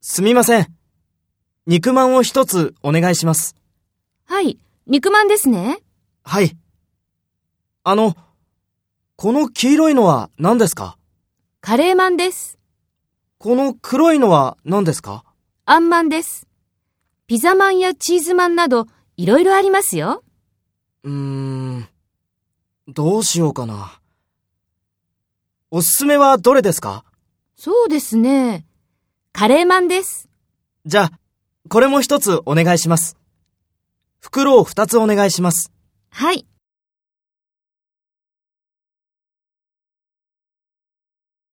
すみません。肉まんを一つお願いします。はい、肉まんですね。はい。あの、この黄色いのは何ですかカレーまんです。この黒いのは何ですかあんまんです。ピザまんやチーズまんなど、いろいろありますよ。うーん、どうしようかな。おすすめはどれですかそうですね。カレーまんです。じゃあ、これも一つお願いします。袋を二つお願いします。はい。